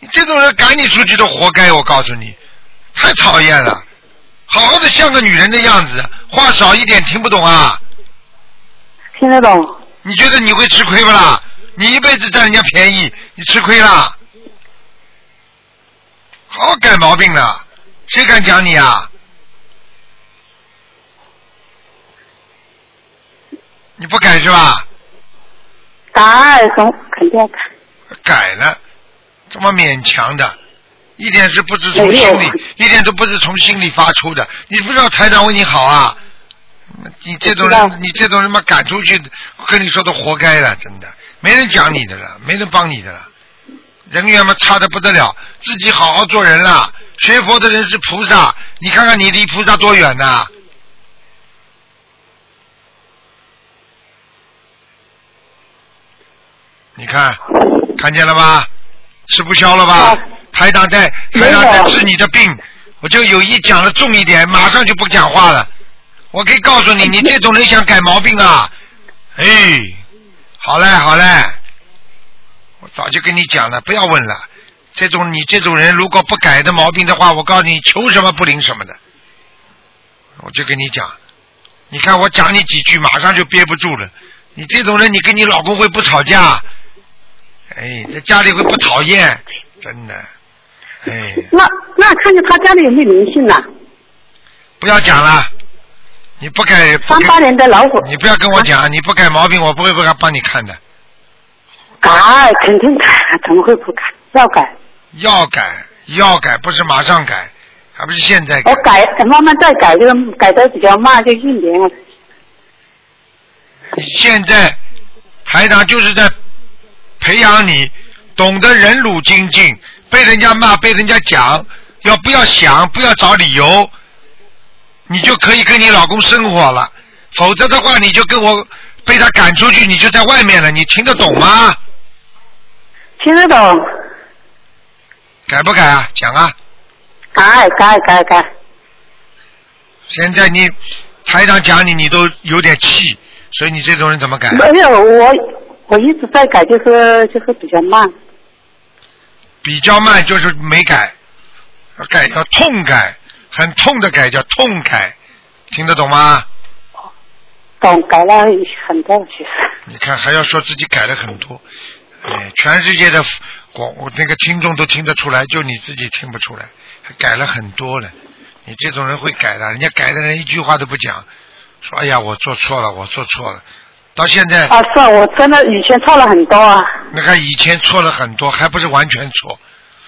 Speaker 1: 你这种人赶你出去都活该，我告诉你，太讨厌了。好好的像个女人的样子，话少一点，听不懂啊？
Speaker 6: 听得懂。
Speaker 1: 你觉得你会吃亏不啦？你一辈子占人家便宜，你吃亏啦？好好改毛病了，谁敢讲你啊？你不改是吧？
Speaker 6: 答案很肯定要改。
Speaker 1: 改了，这么勉强的，一点是不是从
Speaker 6: 没有
Speaker 1: 心里，一点都不是从心里发出的。你不知道台长为你好啊！你这种
Speaker 6: 我知道
Speaker 1: 人，你这种人嘛，赶出去，跟你说都活该了，真的，没人讲你的了，没人帮你的了，人缘嘛差的不得了，自己好好做人啦。学佛的人是菩萨，你看看你离菩萨多远呐、你看，看见了吧？吃不消了吧
Speaker 6: 啊？
Speaker 1: 台长在，台长
Speaker 6: 没
Speaker 1: 在
Speaker 6: 有
Speaker 1: 治你的病，我就有意讲的重一点，马上就不讲话了。我可以告诉你，你这种人想改毛病啊！哎，好嘞，好嘞，我早就跟你讲了，不要问了。这种你这种人如果不改的毛病的话，我告诉你，求什么不灵什么的。我就跟你讲，你看我讲你几句，马上就憋不住了。你这种人，你跟你老公会不吵架？哎，在家里会不讨厌？真的，哎，
Speaker 6: 那那看看他家里有没有灵性啊？
Speaker 1: 不要讲了，你不改不
Speaker 6: 三
Speaker 1: 改
Speaker 6: 八，年的老虎，
Speaker 1: 你不要跟我讲，你不改毛病，我不会不会帮你看的。
Speaker 6: 改肯定改，怎么会不改？要改，
Speaker 1: 要改要改，不是马上改，还不是现在改
Speaker 6: 我。改慢慢再改，这个改的比较慢，就一年了。
Speaker 1: 现在台长就是在培养你懂得忍辱精进，被人家骂，被人家讲，要不要想，不要找理由，你就可以跟你老公生活了。否则的话，你就跟我被他赶出去，你就在外面了。你听得懂吗？
Speaker 6: 听得懂？
Speaker 1: 改不改啊？讲啊！
Speaker 6: 改改改改，
Speaker 1: 现在你台长讲你，你都有点气，所以你这种人怎么改啊？
Speaker 6: 没有我我一直在改，就是就是比较慢。
Speaker 1: 比较慢就是没改，要改叫痛改，很痛的改叫痛改，听得懂吗？
Speaker 6: 懂改了很多，其实
Speaker 1: 你看还要说自己改了很多，哎，全世界的广我那个听众都听得出来，就你自己听不出来，还改了很多了。你这种人会改的，人家改的人一句话都不讲，说哎呀我做错了，我做错了，到现在
Speaker 6: 啊，是我真的以前错了很多啊。
Speaker 1: 那个以前错了很多，还不是完全错。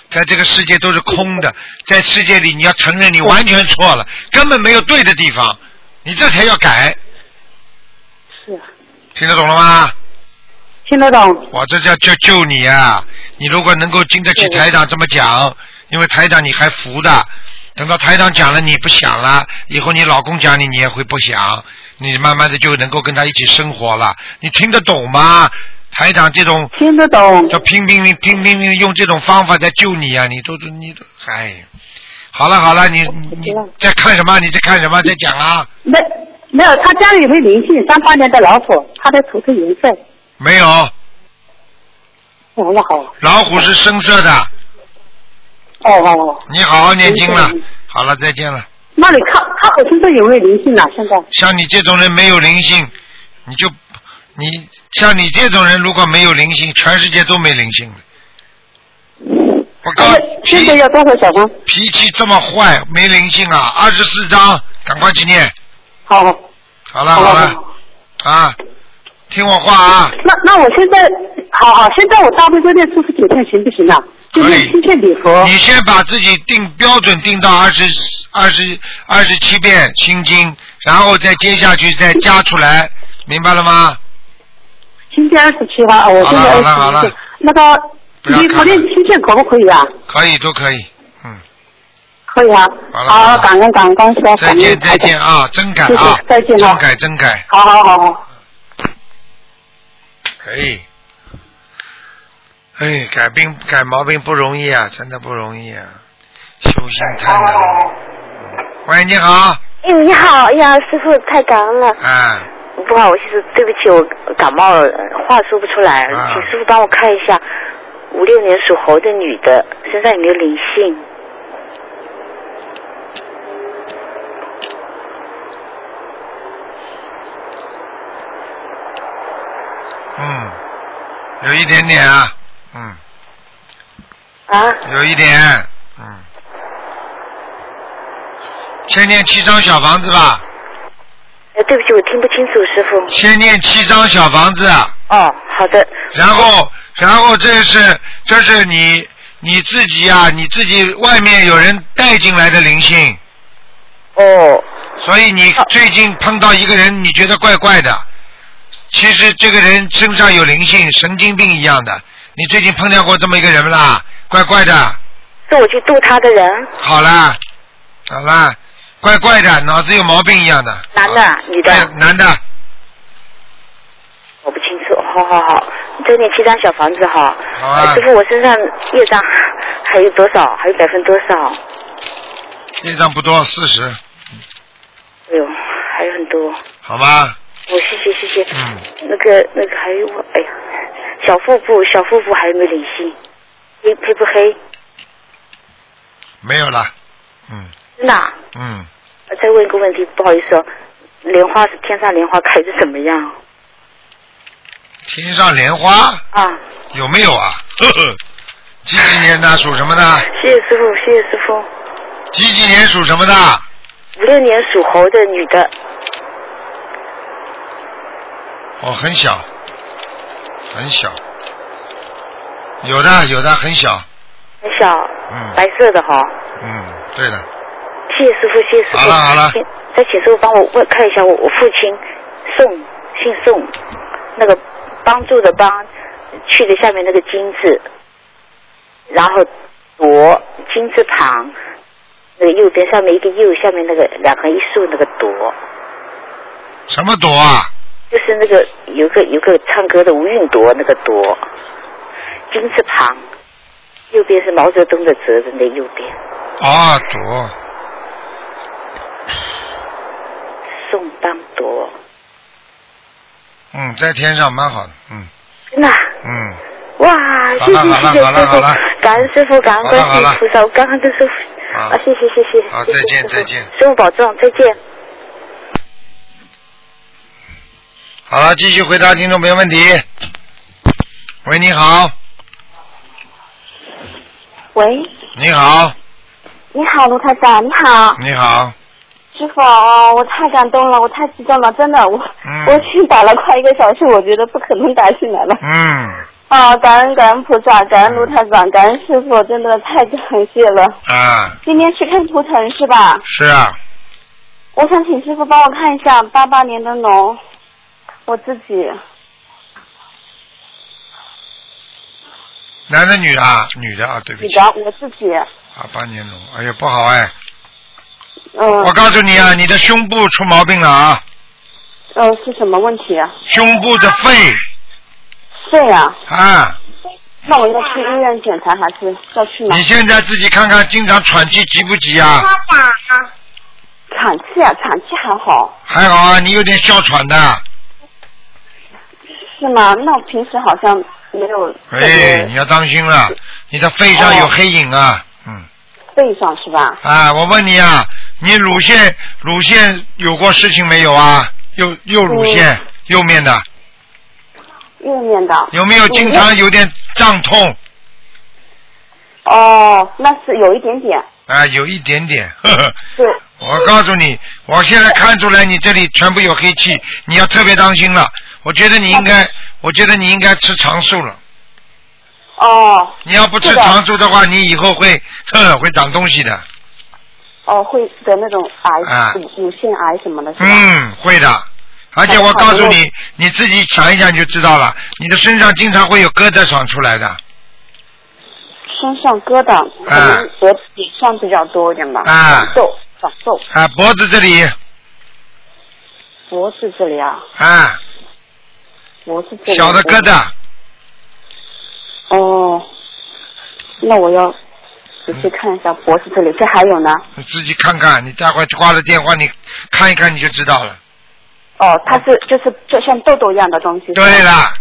Speaker 1: 在这个世界都是空的，在世界里你要承认你完全错了，根本没有对的地方，你这才要改。
Speaker 6: 是啊，
Speaker 1: 听得懂了吗？
Speaker 6: 听得懂？
Speaker 1: 我这叫叫救你啊！你如果能够经得起台长这么讲，因为台长你还服的，等到台长讲了你不想了，以后你老公讲你你也会不想，你慢慢的就能够跟他一起生活了。你听得懂吗？台长这种
Speaker 6: 听得懂？
Speaker 1: 要拼拼命拼拼命用这种方法在救你啊！你都都你都哎，好了好了，你你你在看什么？你在看什么？在讲啊？
Speaker 6: 没没有，他家里有没有灵性？三八年的老虎，他的图腾颜色，
Speaker 1: 没有，
Speaker 6: 哦，那好，
Speaker 1: 老虎是深色的。
Speaker 6: 哦哦哦，
Speaker 1: 你好好念经了
Speaker 6: 嗯嗯。
Speaker 1: 好了，再见了。
Speaker 6: 那你看看我身上有没有灵性啊？现在
Speaker 1: 像你这种人没有灵性，你就你像你这种人如果没有灵性，全世界都没灵性了。我告
Speaker 6: 现在
Speaker 1: 脾
Speaker 6: 现在要多少小房？
Speaker 1: 脾气这么坏，没灵性啊！二十四章，赶快去念。
Speaker 6: 好，好
Speaker 1: 好了
Speaker 6: 好
Speaker 1: 好
Speaker 6: 好
Speaker 1: 了啊，听我话啊。
Speaker 6: 那那我现在好好，现在我大悲咒念四十九遍行不行啊？就
Speaker 1: 可以
Speaker 6: 念七遍礼佛，
Speaker 1: 你先把自己定标准定到二十二十二十七遍心经，然后再接下去再加出来，明白了吗？
Speaker 6: 七遍二十七吧，啊我现在
Speaker 1: 好
Speaker 6: 二
Speaker 1: 了好了好
Speaker 6: 十
Speaker 1: 了
Speaker 6: 七遍。那个
Speaker 1: 不要
Speaker 6: 礼
Speaker 1: 看了
Speaker 6: 佛念七遍可不可以啊？
Speaker 1: 可以，都可以。嗯，
Speaker 6: 可以啊。
Speaker 1: 好了好
Speaker 6: 好
Speaker 1: 了，
Speaker 6: 感恩感恩感恩师傅，
Speaker 1: 再
Speaker 6: 感
Speaker 1: 见
Speaker 6: 恩
Speaker 1: 再见。啊，真改啊
Speaker 6: 谢谢，再见啊
Speaker 1: 真改真改，
Speaker 6: 好好好好，
Speaker 1: 可以。哎，改病改毛病不容易啊，真的不容易啊，修心太难了。喂，你好，
Speaker 7: 哎，你好哎呀，师傅太感恩了。
Speaker 1: 啊，
Speaker 7: 不好意思，对不起，我感冒了，话说不出来，
Speaker 1: 啊
Speaker 7: 请师傅帮我看一下，五六年属猴的女的身上有没有灵性？
Speaker 1: 嗯，有一点点啊，嗯。
Speaker 7: 啊，
Speaker 1: 有一点，嗯，先念七张小房子吧，
Speaker 7: 哎，对不起，我听不清楚，师傅。
Speaker 1: 先念七张小房子，
Speaker 6: 哦，好的，
Speaker 1: 然后，然后这是这是你你自己呀、你自己外面有人带进来的灵性，
Speaker 6: 哦，
Speaker 1: 所以你最近碰到一个人，你觉得怪怪的，其实这个人身上有灵性，神经病一样的。你最近碰见过这么一个人不啦？怪怪的，
Speaker 6: 是我去度他的人，
Speaker 1: 好啦，好啦，怪怪的，脑子有毛病一样的。
Speaker 6: 男的啊，女的啊，
Speaker 1: 哎男的，
Speaker 6: 我不清楚，好好好，就念七张小房子哈。
Speaker 1: 好啊
Speaker 6: 师傅，我身上业障 还有多少？还有百分多少？
Speaker 1: 业障不多，四十，
Speaker 6: 哎呦，还有很多。
Speaker 1: 好吗？
Speaker 6: 我谢谢谢谢。
Speaker 1: 嗯，
Speaker 6: 那个那个还有我，哎呀，小腹部小腹部还有没有灵性？黑黑不黑？
Speaker 1: 没有了，嗯
Speaker 6: 真的啊、
Speaker 1: 嗯，
Speaker 6: 再问一个问题，不好意思哦，莲花是天上莲花开的怎么样？
Speaker 1: 天上莲花
Speaker 6: 啊，
Speaker 1: 有没有啊？呵呵，几几年的属什么的？
Speaker 6: 谢谢师傅，谢谢师傅。
Speaker 1: 几几年属什么的？
Speaker 6: 五六年属猴的女的，
Speaker 1: 哦，很小，很小，有的有的很小，
Speaker 6: 很小，
Speaker 1: 嗯
Speaker 6: 白色的哈、
Speaker 1: 嗯，对的，
Speaker 6: 谢谢师傅，谢谢师傅。
Speaker 1: 好了好了
Speaker 6: 请再请师傅帮我问看一下我我父亲宋姓宋，那个帮助的帮，去的下面那个金字，然后夺金字旁，那个右边上面一个右，下面那个两横一竖那个夺，
Speaker 1: 什么朵啊？
Speaker 6: 就是那个有个有个唱歌的吴韵夺那个夺，金字旁，右边是毛泽东的责任的右边，
Speaker 1: 哦，朵，
Speaker 6: 宋当夺，
Speaker 1: 嗯，在天上蛮好的，嗯
Speaker 6: 真的啊。
Speaker 1: 嗯，
Speaker 6: 哇，谢谢
Speaker 1: 好
Speaker 6: 谢
Speaker 1: 了好了好
Speaker 6: 谢
Speaker 1: 了
Speaker 6: 师
Speaker 1: 好了
Speaker 6: 傅，感恩师傅，感恩观世
Speaker 1: 好了
Speaker 6: 音
Speaker 1: 好了
Speaker 6: 菩萨，我刚刚跟师傅
Speaker 1: 好
Speaker 6: 啊，谢谢谢谢，
Speaker 1: 好
Speaker 6: 谢谢
Speaker 1: 再见
Speaker 6: 师傅
Speaker 1: 再见
Speaker 6: 师傅保重，再见。
Speaker 1: 好了，继续回答听众没问题。喂，你好，
Speaker 5: 喂，
Speaker 1: 你好，
Speaker 5: 你好，卢台长，你好，
Speaker 1: 你好，
Speaker 5: 师傅，哦我太感动了，我太激动了，真的，我、
Speaker 1: 嗯
Speaker 5: 我去打了快一个小时，我觉得不可能打进来了。
Speaker 1: 嗯
Speaker 5: 啊，感恩感恩菩萨，感恩卢台长，感恩师傅，真的太感谢了。
Speaker 1: 啊，
Speaker 5: 今天去看图腾是吧？
Speaker 1: 是啊，
Speaker 5: 我想请师傅帮我看一下八八年的龙，我自己
Speaker 1: 男的女的啊？女的啊，对不
Speaker 5: 比
Speaker 1: 起，
Speaker 5: 较我自己，
Speaker 1: 啊，八年龙，哎呀，不好哎，
Speaker 5: 嗯
Speaker 1: 我告诉你啊，你的胸部出毛病了啊，
Speaker 5: 呃是什么问题啊？
Speaker 1: 胸部的肺
Speaker 5: 肺啊？
Speaker 1: 啊。
Speaker 5: 那我要去医院检查还是要去哪
Speaker 1: 你？现在自己看看，经常喘气急不急啊？
Speaker 5: 产气啊，产气还好。
Speaker 1: 还好啊，你有点哮喘的。
Speaker 5: 是吗？那我平时好像没有特
Speaker 1: 哎，你
Speaker 5: 别
Speaker 1: 要当心了，你的肺上有黑影啊。嗯。
Speaker 5: 背上是吧？
Speaker 1: 啊，我问你啊，你乳腺乳腺有过事情没有啊？右右乳腺右面的
Speaker 5: 右面的
Speaker 1: 有没有经常有点胀痛？
Speaker 5: 哦，那是有一点点，
Speaker 1: 啊，有一点点。呵呵。
Speaker 5: 对，
Speaker 1: 我告诉你，我现在看出来你这里全部有黑气，你要特别当心了。我觉得你应该，我觉得你应该吃长素了。
Speaker 5: 哦
Speaker 1: 你要不吃
Speaker 5: 是的
Speaker 1: 长素的话，你以后会呵会长东西的。
Speaker 5: 哦，会得那种
Speaker 1: 啊
Speaker 5: 癌，乳乳腺癌什么的，是吧？
Speaker 1: 嗯，会的。而且我告诉你，你自己想一想就知道了。你的身上经常会有疙瘩长出来的
Speaker 5: 身上疙瘩可能脖子以上比较多一点吧，
Speaker 1: 啊
Speaker 5: 长皱，长皱，
Speaker 1: 啊，脖子这里
Speaker 5: 脖子这里啊，
Speaker 1: 啊，
Speaker 5: 脖子这里
Speaker 1: 小的疙瘩。
Speaker 5: 哦，那我要仔细看一下脖子这里，这还有呢？
Speaker 1: 你自己看看，你待会挂了电话，你看一看你就知道了。
Speaker 5: 哦，它是就是就像痘痘一样的东西，是吧
Speaker 1: 对了，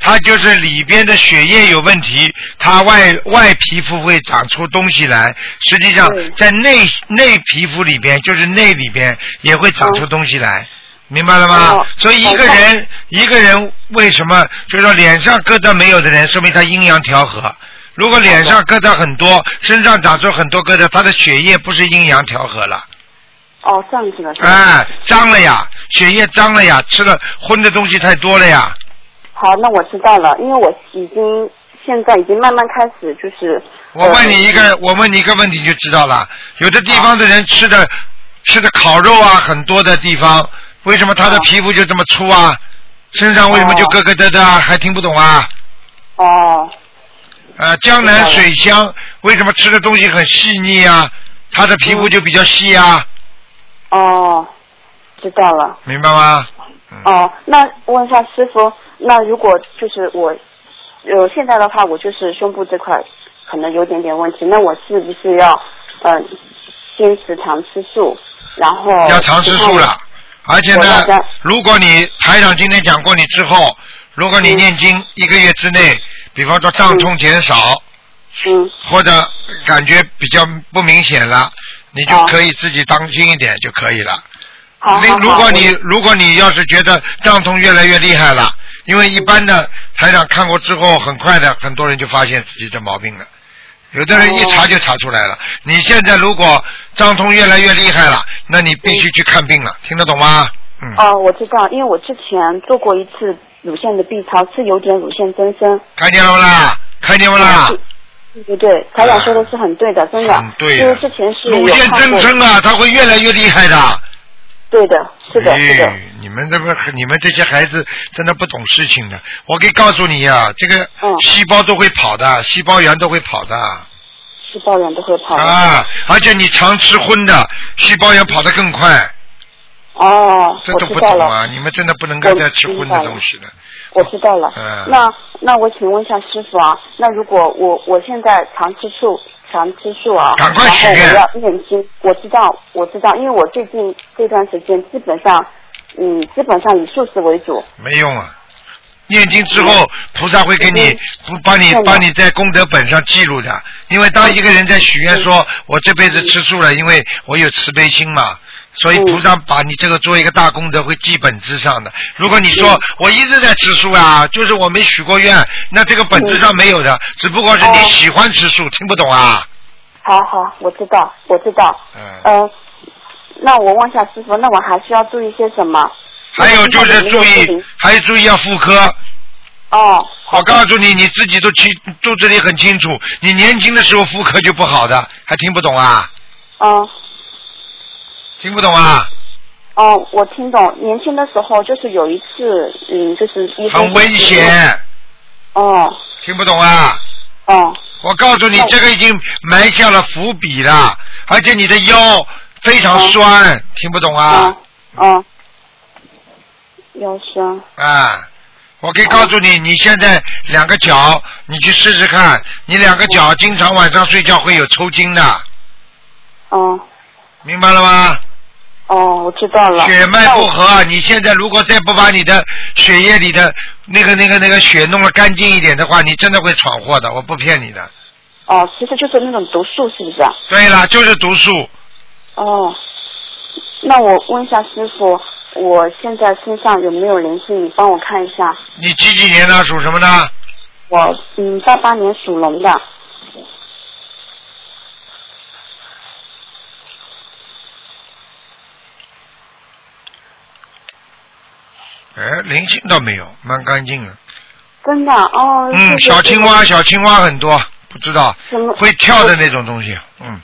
Speaker 1: 它就是里边的血液有问题，它外外皮肤会长出东西来。实际上
Speaker 5: 对，
Speaker 1: 在内内皮肤里边，就是内里边也会长出东西来，明白了吗？
Speaker 5: 哦
Speaker 1: 所以一个人一个人为什么就是说脸上疙瘩没有的人，说明他阴阳调和。如果脸上疙瘩很多，身上长出很多疙瘩，他的血液不是阴阳调和了。
Speaker 5: 哦，这样子
Speaker 1: 啊
Speaker 5: 的是吧？
Speaker 1: 哎，脏了呀，血液脏了呀，吃了荤的东西太多了呀，
Speaker 6: 好，那我知道了，因为我已经现在已经慢慢开始就是。
Speaker 1: 我问你一
Speaker 6: 哦
Speaker 1: 个，我问你一个问题你就知道了。有的地
Speaker 6: 啊
Speaker 1: 方的人吃的吃的烤肉啊，很多的地方，为什么
Speaker 6: 啊
Speaker 1: 他的皮肤就这么粗啊？身上为什么
Speaker 6: 哦
Speaker 1: 就疙疙瘩瘩啊？还听不懂啊？
Speaker 6: 呃。哦，
Speaker 1: 呃，江南水乡为什么吃的东西很细腻啊？他的
Speaker 6: 嗯
Speaker 1: 皮肤就比较细啊，
Speaker 6: 哦，知道了。
Speaker 1: 明白吗？
Speaker 6: 哦，那问一下师傅，那如果就是我，呃，现在的话，我就是胸部这块可能有点点问题，那我是不是要嗯、呃坚持常吃素，然后
Speaker 1: 要常吃素了。而且
Speaker 6: 我
Speaker 1: 呢
Speaker 6: 大家，
Speaker 1: 如果你台长今天讲过你之后，如果
Speaker 6: 嗯
Speaker 1: 你念经一个月之内，比方说胀痛减少，
Speaker 6: 嗯，
Speaker 1: 或者感觉比较不明显了，你就可以自己当心一点就可以了。
Speaker 6: 好好
Speaker 1: 另
Speaker 6: 好
Speaker 1: 如果你
Speaker 6: 我
Speaker 1: 如果你要是觉得胀痛越来越厉害了，因为一般的台长看过之后，很快的很多人就发现自己的毛病了。有的人一查就查出来了。你现在如果胀痛越来越厉害了，那你必须去看病了，听得懂吗？嗯，
Speaker 6: 哦，我知道，因为我之前做过一次乳腺的 B 超，是有点乳腺增生。
Speaker 1: 看见了不啦？看见不啦？
Speaker 6: 对对对，台长说的是很对的，真的。
Speaker 1: 啊很对
Speaker 6: 因为
Speaker 1: 呀
Speaker 6: 之前是
Speaker 1: 乳
Speaker 6: 有
Speaker 1: 腺
Speaker 6: 看
Speaker 1: 增
Speaker 6: 过
Speaker 1: 生啊，它会越来越厉害的。
Speaker 6: 对的，是的，是的。
Speaker 1: 哎你们这不，你们这些孩子真的不懂事情的。我可以告诉你呀、这个
Speaker 6: 嗯
Speaker 1: 细胞都会跑的，细胞源都会跑的
Speaker 6: 细胞源都会跑的。
Speaker 1: 啊！而且你常吃荤的，细胞源跑得更快，
Speaker 6: 哦，
Speaker 1: 这
Speaker 6: 我
Speaker 1: 都
Speaker 6: 知
Speaker 1: 不
Speaker 6: 道
Speaker 1: 懂
Speaker 6: 了，
Speaker 1: 啊！你们真的不能够
Speaker 6: 我
Speaker 1: 再吃荤
Speaker 6: 明白
Speaker 1: 的
Speaker 6: 了
Speaker 1: 东西了。
Speaker 6: 我知道了。
Speaker 1: 嗯
Speaker 6: 那那我请问一下师傅啊，那如果我我现在常吃素，常吃素啊，
Speaker 1: 赶快许愿
Speaker 6: 然后我要念经，我知道，我知道，因为我最近这段时间基本上，嗯，基本上以素食为主。
Speaker 1: 没用啊！念经之后，菩萨会给你
Speaker 6: 嗯嗯
Speaker 1: 不帮你
Speaker 6: 是的
Speaker 1: 帮你在功德本上记录的。因为当一个人在许愿说“我这辈子吃素了”，因为我有慈悲心嘛，所以
Speaker 6: 嗯
Speaker 1: 菩萨把你这个做一个大功德会记本子上的。如果你
Speaker 6: 嗯
Speaker 1: 说我一直在吃素啊，就是我没许过愿，那这个本子上没有的，只不过是你
Speaker 6: 哦
Speaker 1: 喜欢吃素，听不懂啊？
Speaker 6: 好好，我知道，我知道。
Speaker 1: 嗯。
Speaker 6: 呃，那我问一下师傅，那我还需要注意些什么？
Speaker 1: 还有就是注
Speaker 6: 那
Speaker 1: 意
Speaker 6: 个灵，
Speaker 1: 还有注意要妇科。
Speaker 6: 哦，好
Speaker 1: 我
Speaker 6: 的
Speaker 1: 告诉你，你自己都清肚子里很清楚，你年轻的时候妇科就不好的，还听不懂啊？
Speaker 6: 嗯。
Speaker 1: 听不懂啊？
Speaker 6: 哦，我听懂。年轻的时候就是有一次，嗯，就是医生
Speaker 1: 很危险，
Speaker 6: 哦
Speaker 1: 听不懂啊？
Speaker 6: 哦
Speaker 1: 我告诉你
Speaker 6: 那我，
Speaker 1: 这个已经埋下了伏笔了，而且你的腰非常
Speaker 6: 嗯
Speaker 1: 酸，听不懂啊
Speaker 6: 哦？哦，腰酸
Speaker 1: 啊！我可以告诉你，你现在两个脚，你去试试看，你两个脚经常晚上睡觉会有抽筋的，
Speaker 6: 哦
Speaker 1: 明白了吗？
Speaker 6: 哦，我知道了。
Speaker 1: 血脉
Speaker 6: 那
Speaker 1: 不
Speaker 6: 我
Speaker 1: 和，啊你现在如果再不把你的血液里的那个、那个、那个血弄得干净一点的话，你真的会闯祸的，我不骗你的。
Speaker 6: 哦，其实就是那种毒素，是不是啊？
Speaker 1: 对了，就是毒素，
Speaker 6: 哦，那我问一下师傅，我现在身上有没有灵性？你帮我看一下。
Speaker 1: 你几几年的属什么呢？
Speaker 6: 我嗯，八八年属龙的。
Speaker 1: 哎，灵性倒没有，蛮干净的。
Speaker 6: 真的哦，
Speaker 1: 嗯，
Speaker 6: 谢谢
Speaker 1: 小青蛙，小青蛙很多，不知道
Speaker 6: 什么
Speaker 1: 会跳的那种东西。嗯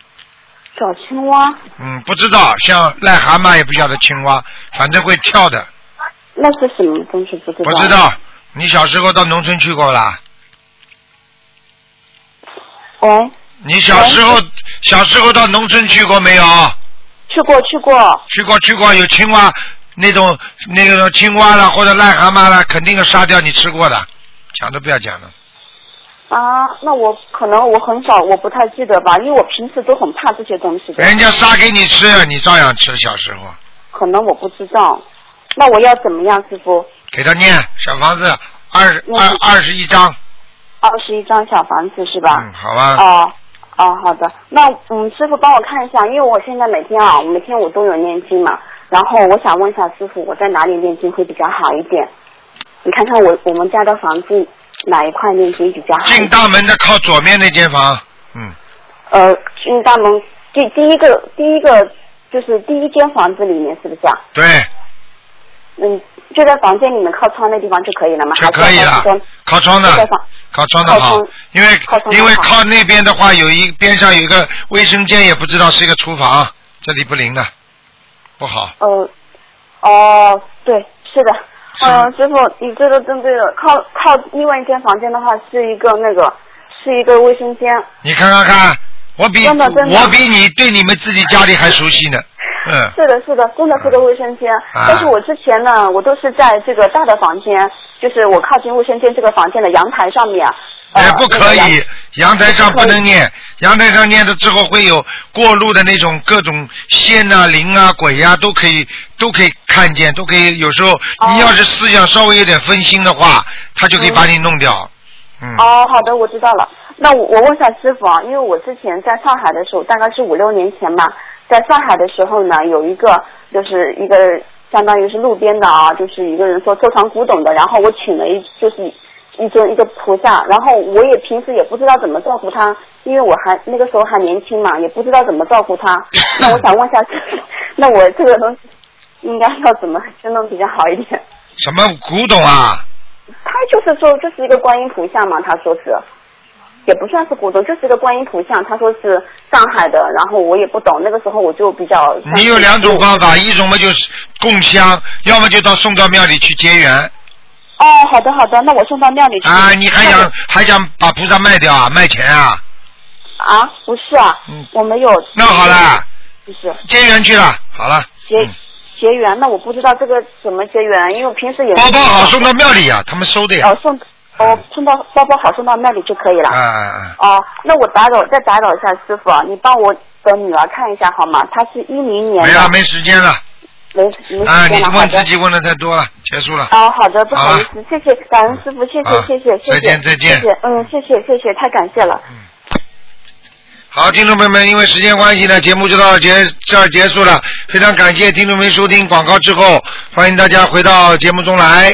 Speaker 6: 小青蛙，
Speaker 1: 嗯，不知道，像癞蛤蟆也不晓得青蛙，反正会跳的，
Speaker 6: 那是什么东西？不知道。
Speaker 1: 不知。道。你小时候到农村去过啦？
Speaker 6: 喂，
Speaker 1: 你小时候小时候到农村去过没有？
Speaker 6: 去过去过。
Speaker 1: 去过去过，有青蛙那种那个青蛙啦或者癞蛤蟆啦，肯定要杀掉你吃过的，讲都不要讲了。
Speaker 6: 啊，那我可能我很少，我不太记得吧，因为我平时都很怕这些东西的，
Speaker 1: 人家杀给你吃，你照样吃。小时候
Speaker 6: 可能我不知道。那我要怎么样，师傅？
Speaker 1: 给他念小房子二十
Speaker 6: 嗯
Speaker 1: 二二十一章，
Speaker 6: 二十一张小房子是吧？
Speaker 1: 嗯，好吧，
Speaker 6: 哦哦，好的。那嗯，师傅帮我看一下，因为我现在每天啊，我每天我都有念经嘛，然后我想问一下师傅，我在哪里念经会比较好一点？你看看我我们家的房子哪一块念经比较好一
Speaker 1: 进
Speaker 6: 点？
Speaker 1: 大门的靠左面那间房，嗯，
Speaker 6: 呃，进大门第第一个第一个就是第一间房子里面是不是啊？
Speaker 1: 对，
Speaker 6: 嗯，
Speaker 8: 就在房间里面靠窗的地方就可以了吗？
Speaker 1: 就可以了
Speaker 8: 还是要靠
Speaker 1: 靠
Speaker 8: 窗。
Speaker 1: 窗
Speaker 8: 就在
Speaker 1: 的
Speaker 8: 房，
Speaker 1: 靠窗的
Speaker 8: 靠
Speaker 1: 好
Speaker 8: 窗，
Speaker 1: 因为
Speaker 8: 靠窗的
Speaker 1: 因为
Speaker 8: 好
Speaker 1: 靠那边的话，有一边上有一个卫生间，也不知道是一个厨房，这里不灵的，不好。
Speaker 8: 呃，哦，对，是的。
Speaker 1: 是
Speaker 8: 嗯、师傅，你这个真对了。靠靠另外一间房间的话，是一个那个，是一个卫生间。
Speaker 1: 你看看看，我比
Speaker 8: 真的真的
Speaker 1: 我比你对你们自己家里还熟悉呢，嗯，
Speaker 8: 是的，是的，真的是个卫生间。
Speaker 1: 啊
Speaker 8: 但是我之前呢，我都是在这个大的房间，就是我靠近卫生间这个房间的阳台上面。呃
Speaker 1: 哎也不可。
Speaker 8: 那个阳
Speaker 1: 以，阳台上不能念，阳台上念了之后会有过路的那种各种仙呐、灵啊、鬼呀、都可以都可以看见，都可以。有时候
Speaker 8: 哦
Speaker 1: 你要是思想稍微有点分心的话，他就可以把你弄掉。嗯，
Speaker 8: 哦，好的，我知道了。那我我问一下师傅啊，因为我之前在上海的时候，大概是五六年前吧，在上海的时候呢，有一个就是一个相当于是路边的啊，就是一个人说收藏古董的，然后我请了一就是一尊一个菩萨，然后我也平时也不知道怎么照顾他，因为我还那个时候还年轻嘛，也不知道怎么照顾他。那我想问一下师傅，那我这个东西应该要怎么去弄比较好一点？
Speaker 1: 什么古董啊？
Speaker 8: 他就是说，就是一个观音菩像嘛，他说是，也不算是古董，就是一个观音菩像。他说是上海的，然后我也不懂，那个时候我就比较。
Speaker 1: 你有两种。方
Speaker 8: 嗯
Speaker 1: 法，一种嘛就是供香，要么就到送到庙里去结缘
Speaker 8: 哦，好的好的，那我送到庙里去。
Speaker 1: 啊！你还
Speaker 8: 那
Speaker 1: 想
Speaker 8: 我
Speaker 1: 还想把菩萨卖掉啊？卖钱啊？
Speaker 8: 啊？不是啊，
Speaker 1: 嗯
Speaker 8: 我没有。
Speaker 1: 那好了，
Speaker 8: 就是
Speaker 1: 结缘去了，好了，
Speaker 8: 结结缘，那我不知道这个怎么结缘，因为我平时也。
Speaker 1: 包包好送到庙里啊，他们收的呀
Speaker 8: 哦。送哦送到包包好送到庙里就可以了。
Speaker 1: 啊啊啊！
Speaker 8: 哦，那我打扰再打扰一下师傅，啊，你帮我的女儿看一下好吗？她是一零年的。
Speaker 1: 没了，没时间了
Speaker 8: 没没时间了，
Speaker 1: 啊！你
Speaker 8: 好
Speaker 1: 问
Speaker 8: 的
Speaker 1: 自。己问的太多了，结束了。
Speaker 8: 哦，好的，不好意
Speaker 1: 好
Speaker 8: 思，谢谢，感恩师傅，谢谢
Speaker 1: 啊，
Speaker 8: 谢谢，谢谢，
Speaker 1: 再见再见
Speaker 8: 谢谢，嗯，谢谢，谢谢，太感谢了，
Speaker 1: 好，听众朋友们，因为时间关系呢，节目就到结这儿结束了。非常感谢听众们收听广告之后，欢迎大家回到节目中来。